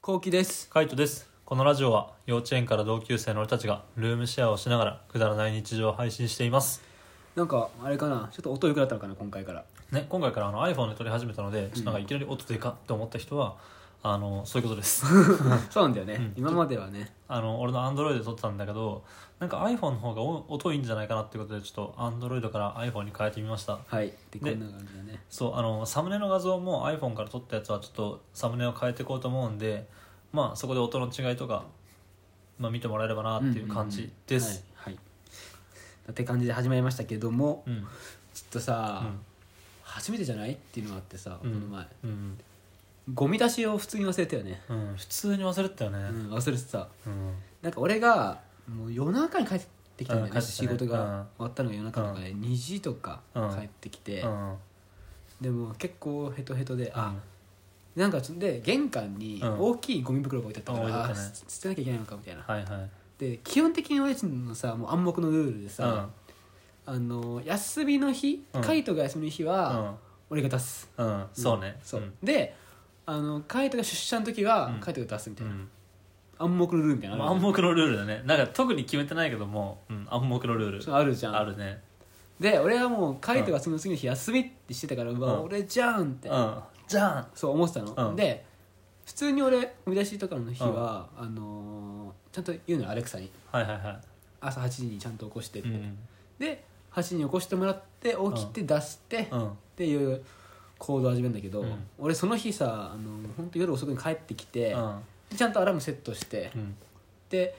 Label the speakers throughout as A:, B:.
A: こうきです
B: カイトですこのラジオは幼稚園から同級生の俺たちがルームシェアをしながらくだらない日常を配信しています
A: なんかあれかなちょっと音良くなったのかな今回 から
B: ね今回からあの iPhone で撮り始めたのでちょっとなんかいきなり音でかって思った人はあのそういうことです
A: そうなんだよね、
B: うん
A: 今まではね
B: あの俺の Android で撮ってたんだけどなんか iPhone の方がお音いいんじゃないかなってことでちょっと Android から iPhone に変えてみました
A: はいでこ
B: で
A: んな感じだね
B: そうあのサムネの画像も iPhone から撮ったやつはちょっとサムネを変えていこうと思うんでまあそこで音の違いとか、まあ、見てもらえればなっていう感じです、
A: はい、はいって感じで始まりましたけども、
B: うんうん
A: ちょっとさ、初めてじゃないっていうのがあってさ、
B: うん
A: この前
B: うん
A: ゴミ出しを普通に忘れたよね、
B: うん、普通に忘れてたよね
A: う、ん、忘れてた
B: うん
A: なんか俺がもう夜中に帰ってきたんだよね,、
B: うん帰ってきた
A: 仕
B: ね
A: 事
B: うん
A: が終わったのが夜中とかで2時とか
B: うん
A: 帰ってきて、
B: うん
A: でも結構ヘトヘトで、あなんかそんで玄関に
B: うん
A: 大きいゴミ袋が置いてあったから、
B: うん
A: あ
B: 置いてあったね
A: 捨捨てなきゃいけないのかみたいな、
B: はいはい
A: で基本的に親父のさもう暗黙のルールでさ、あの休みの日、
B: うん
A: カイトが休みの日
B: うん
A: は、俺が出す、
B: うんうんそうね
A: そう、
B: ん
A: であのカイトが出社の時は、
B: うん
A: カイトが出すみ
B: う
A: たいな、
B: ん
A: 暗黙のルールみたいな
B: ま
A: の
B: あ
A: ある
B: 暗黙のルールだねなんか特に決めてないけども、うん、暗黙のルー
A: そ
B: ル
A: うあるじゃん
B: あるね
A: で俺はもうカイトがその次の日休みってしてたから、うわ
B: うん
A: 俺じゃんって、
B: うんじゃん
A: そう思ってたの、
B: うん
A: で普通に俺生み出しとかの日は、あのーちゃんと言うのよアレクサに
B: はいはいは
A: 朝8時にちゃんと起こしてって、
B: いうん
A: で8時に起こしてもらって起きて出して、っ
B: うん
A: ていう行動を始めるんだけど、
B: うん
A: 俺その日さあの本当夜遅くに帰ってきて、
B: うん
A: ちゃんとアラームセットして、
B: うん
A: で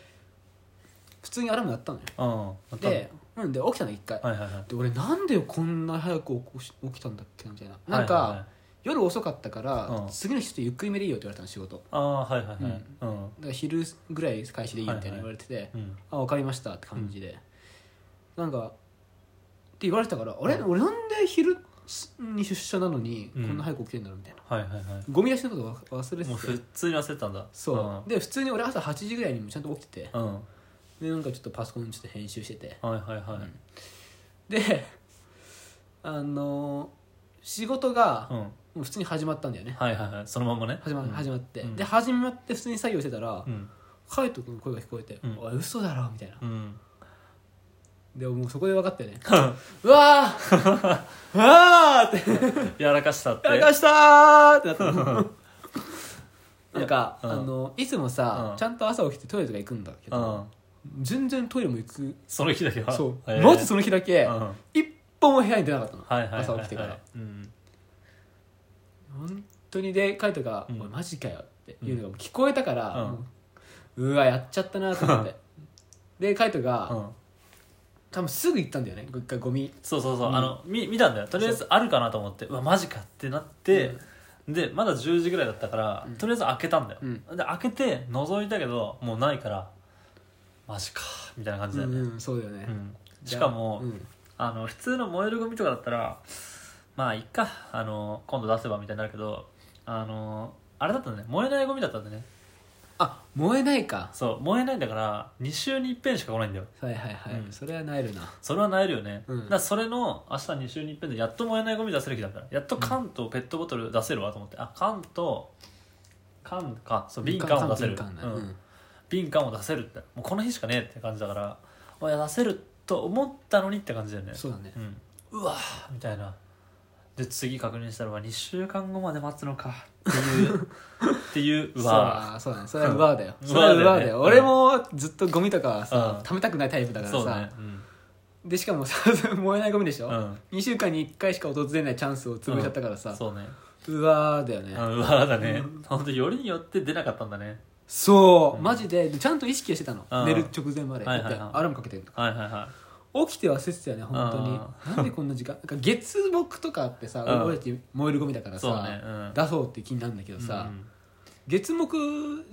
A: 普通にアラーム鳴ったのよ
B: うん
A: で,、うん、で起きたの一回、
B: はいはいはい
A: で俺なんでこんな早く起こし起きたんだっけなみたいななんか、
B: はいはいはい
A: 夜遅かったから、
B: うん
A: 次の日ちょっとゆっくりめでいいよって言われたの仕事だか
B: ああはいはいはいうん
A: ら昼ぐらい開始でいいみたいな
B: はい
A: 言わ
B: は
A: れてて、
B: うん
A: あ分かりましたって感じで、なんかって言われてたから「あれ俺なんで昼に出社なのにこ
B: うん
A: んな早く起きてんだろう?」みたいな、
B: はいはいはい
A: ゴミ出しのこと忘忘れ
B: もう
A: て
B: 普
A: て
B: 通に忘れてたんだ
A: そう、で普通に俺朝8時ぐらいにもちゃんと起きてて
B: うんうん
A: でなんかちょっとパソコンちょっと編集して て
B: はいはいはい
A: であのー仕事が
B: うん
A: もう普通に始まったんだよね、
B: はいはいはいそのまんまね
A: 始ま
B: うん
A: 始まって、
B: うん
A: で始まって普通に作業してたら、
B: うん
A: カイト君の声が聞こえて「
B: うん
A: おい嘘だろ」みたいな、
B: うん
A: でもうそこで分かったよねうわー うわーって
B: やらかしたって
A: やらかしたーってなったの なんか、
B: うん
A: あのいつもさ、
B: うん
A: ちゃんと朝起きてトイレとか行くんだけ
B: う
A: ど、
B: ん
A: 全然トイレも行く
B: その日だけは
A: そう、
B: えー
A: マジその日だけ、
B: うんはい
A: 一歩も部屋に出なかったの、
B: はいはい
A: 朝起きてから、
B: はいうん
A: 本当にでカイトが「
B: うん
A: おいマジかよ」っていうのが聞こえたから、
B: うん
A: もううわやっちゃったなと思って でカイトが、
B: うん
A: 多分すぐ行ったんだよね一回ゴミ
B: そうそうそう、
A: うん
B: あのみ見たんだよとりあえずあるかなと思ってうわマジかってなって、でまだ10時ぐらいだったから、
A: うん
B: とりあえず開けたんだよ、
A: うん
B: で開けて覗いたけどもうないからマジかみたいな感じだよね、
A: うん、そうだよね、
B: うんしかも、
A: うん
B: あの普通の燃えるゴミとかだったらまあいっかあの今度出せばみたいになるけどあのあれだったんだね燃えないゴミだったんだね
A: あ燃えないか
B: そう燃えないんだから2週に一遍しか来ないんだよ
A: はいはいはい、
B: うん
A: それはなえるな
B: それはなえるよね、
A: うん
B: だからそれの明日2週に一遍でやっと燃えないゴミ出せる日だったらやっと缶とペットボトル出せるわと思って、あ缶と缶かそう瓶缶を出せる
A: 瓶缶だね
B: うん
A: うん
B: 瓶缶を出せるってもうこの日しかねえって感じだからあいや出せると思ったのにって感じだよね
A: そうだね
B: うん、うわーみたいなで次確認したら2週間後まで待つのかっていうって いううわ
A: そうだねそれは奪うだよ
B: うん
A: それは奪うだよ
B: 奪うだ
A: 俺
B: よね
A: もずっとゴミとかはさ
B: うん
A: 貯めたくないタイプだから
B: そうね
A: さ、
B: うん
A: でしかもさ 燃えないゴミでし
B: う
A: ょ、
B: ん、
A: 2週間に1回しか訪れないチャンスを潰しちゃったからさ、
B: そうね
A: うわーだよね、
B: うんうわーだね本当よりによって出なかったんだね
A: そう、
B: うん
A: マジでちゃんと意識はしてたの、
B: うん
A: 寝る直前まで、
B: はいはいはい
A: だってアラームかけてるとか
B: はいはいはい
A: 起きて忘れてたよね本当になんでこんな時間なんか月木とかあってさ、
B: うん
A: 俺たち燃えるゴミだから
B: そう
A: さ、
B: ね、うん、
A: 出そうって気になるんだけどさ、月木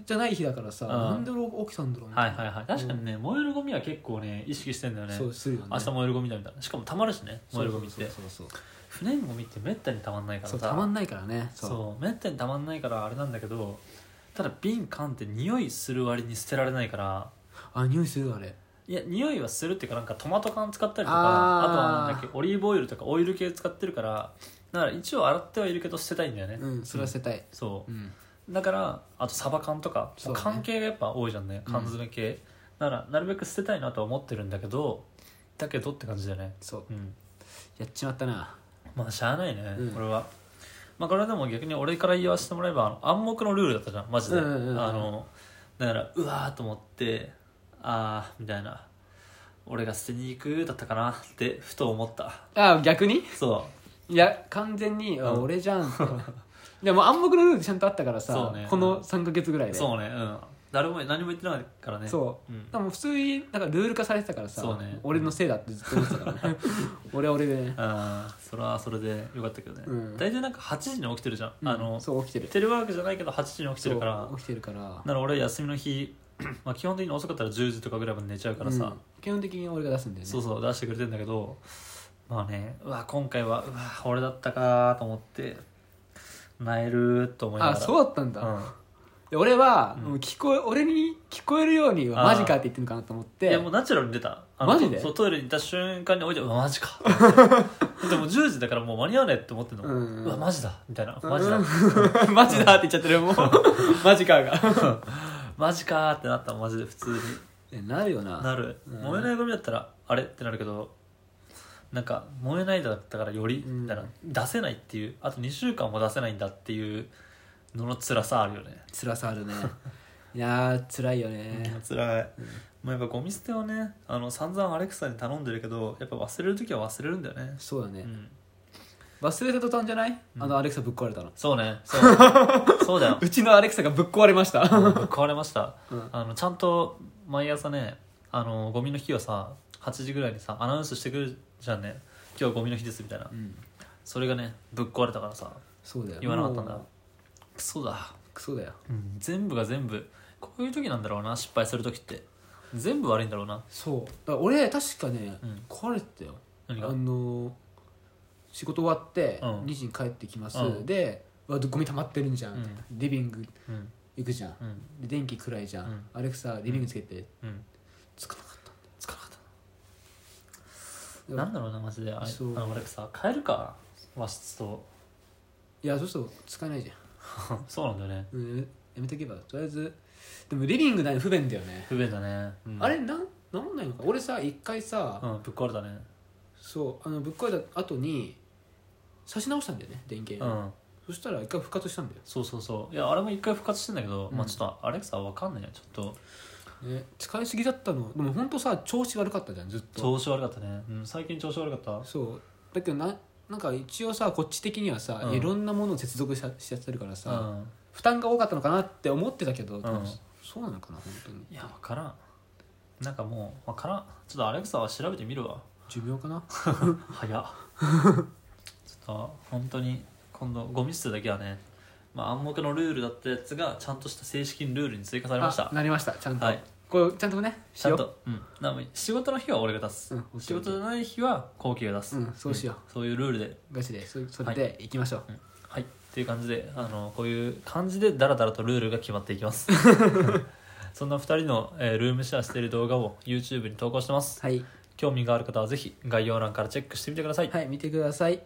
A: じゃない日だからさ、
B: うん
A: なんで俺起きたんだろうみた
B: はいい
A: な
B: はいはい確かにね、燃えるゴミは結構ね意識してんだよね
A: そうするよね
B: 明日燃えるゴミだみたいなしかもたまるしね燃えるゴミって
A: そうそうそう
B: 不燃ゴミってめったにたまんないから
A: そ
B: さ
A: うたまんないからね
B: そ
A: そうう
B: めったにたまんないからあれなんだけどただ瓶缶って匂いする割に捨てられないから
A: あ匂いするあれ
B: いや匂いはするっていうかなんかトマト缶使ったりとか
A: あ
B: あ
A: ー
B: とはなんだっけオリーブオイルとかオイル系使ってるからだから一応洗ってはいるけど捨てたいんだよね、
A: うんそれは捨てたい
B: そう
A: うん
B: だからあとサバ缶とか、
A: そうね
B: 関係がやっぱ多いじゃんね缶詰系、ならなるべく捨てたいなとは思ってるんだけどだけどって感じだよね
A: そう
B: うん
A: やっちまったな
B: まあしゃあないね、
A: うん
B: これはまあこれはでも逆に俺から言わせてもらえばあの暗黙のルールだったじゃんマジで、
A: うんうんうん
B: あのだからうわーと思ってああみたいな俺が捨てに行くだったかなってふと思った
A: あ逆に
B: そ
A: いや完全に、あ
B: うん
A: 俺じゃんって でも暗黙のルールちゃんとあったから
B: そ
A: さ、
B: うね
A: この3か月ぐらいで
B: うそうねうん誰も何も言ってないからね、
A: そう
B: ん
A: だ、からもう普通になんかルール化されてたからさ、
B: そうね
A: 俺のせいだってずっと思ってたから ね俺は俺でね、
B: ああそれはそれでよかったけどね、
A: うん
B: 大体なんか8時に起きてるじゃん、あ
A: うん
B: の
A: そう起きてる
B: テレワークじゃないけど8時に起きてるから
A: そう起きてるから
B: なら俺休みの日 まあ基本的に遅かったら10時とかぐらいまで寝ちゃうからさ、
A: うん基本的に俺が出すんだよね
B: そうそう出してくれてんだけどまあねうわ今回はうわ俺だったかと思ってなえると思いなが
A: あ
B: ら
A: そうだったんだ、
B: う
A: で俺は、
B: うん
A: もう聞こえ俺に聞こえるように
B: あー
A: マジかって言ってるのかなと思っ
B: ん、い
A: て
B: やもうナチュラルに出たあの
A: マジで
B: そうトイレに行った瞬間に置いてうわマ ジかでも10時だからもう間に合わねえって思ってんの、
A: うんうん
B: わマジだみたいな マジだ、
A: うんマジだって言っちゃってるも うマジかが
B: マジかーってなったマジで普通に
A: えなるよな
B: なる、
A: うん
B: 燃えないゴミだったらあれってなるけどなんか燃えないだったからより
A: うん
B: みたいな出せないっていうあと2週間も出せないんだっていうのの辛さあるよね
A: 辛さあ るねいやー辛いよね
B: 辛い、まあ、やっぱゴミ捨てはねあの散々アレクサに頼んでるけどやっぱ忘れる時は忘れるんだよね
A: そうだね、
B: うん
A: 忘れた途端じゃない、
B: うん
A: あのアレクサぶっ壊れたの
B: そうねそう そうだよ
A: うちのアレクサがぶっ壊れました、
B: うんぶっ壊れました
A: うん
B: あのちゃんと毎朝ねあのゴミの日はさ8時ぐらいにさアナウンスしてくるじゃんね今日ゴミの日ですみたいな
A: うん
B: それがねぶっ壊れたからさ
A: そうだよ
B: 言わなかったん
A: も
B: だ
A: う
B: クソだ、
A: クソだよ
B: 全部が全部こういう時なんだろうな失敗する時って全部悪いんだろうな
A: そうだから俺確かね、
B: うん
A: 壊れてたよ
B: 何
A: あ
B: が
A: のー仕事終わって
B: うん
A: 2時に帰ってきます、
B: うん
A: でうわゴミ溜まってるんじゃん、
B: うん
A: リビング
B: うん
A: 行くじゃん
B: うん
A: で電気暗いじゃん、
B: うん
A: アレクサリビングつけて、
B: うん
A: つかなかったんだよ
B: つかなかったなんだろうなマジであれあ
A: そう
B: のアレクサ変えるか和 室と
A: いやそうすると使えないじゃ
B: そうなんだよね
A: ん、うん、やめとけばとりあえずでもリビングないの不便だよね、
B: 不便だね、うん
A: あれなんなんないのか俺さ一回さ、
B: うんぶっ壊れたね
A: そうあのぶっ壊れた後に差し直したんだよね電
B: う
A: 源、
B: ん
A: そしたら一回復活したんだよ
B: そうそうそういやあれも一回復活してんだけど、
A: うん
B: まあちょっとアレクサわかんないねちょっと
A: ね、使いすぎだったのでも本当さ調子悪かったじゃんずっと
B: 調子悪かったね、うん、最近調子悪かった
A: そうだけどななんか一応さこっち的にはさ、
B: うん
A: いろんなものを接続しちゃしちゃってるからさ、
B: うん
A: 負担が多かったのかなって思ってたけど、
B: ん
A: でもそうなのかな本当に
B: いやわからんなんかもうわからんちょっとアレクサは調べてみるわ
A: 寿命かな
B: 早っちょっと本当に今度ゴミ捨てだけはね、まあ、暗黙のルールだったやつがちゃんとした正式にルールに追加されました
A: あなりましたちゃんと、
B: はい
A: こうちゃんとね
B: ちゃん
A: しよ
B: と、うん、なので仕事の日は俺が出す、
A: うん
B: 仕事じゃない日は後継が出す、
A: うんそうしようん
B: そういうルールで、
A: うガチでそそれでいきましょう、
B: うんはいっていう感じであのこういう感じでダラダラとルールが決まっていきますそんな2人の、えールームシェアしている動画を YouTube に投稿してます
A: はい
B: 興味がある方はぜひ概要欄からチェックしてみてください
A: はい見てください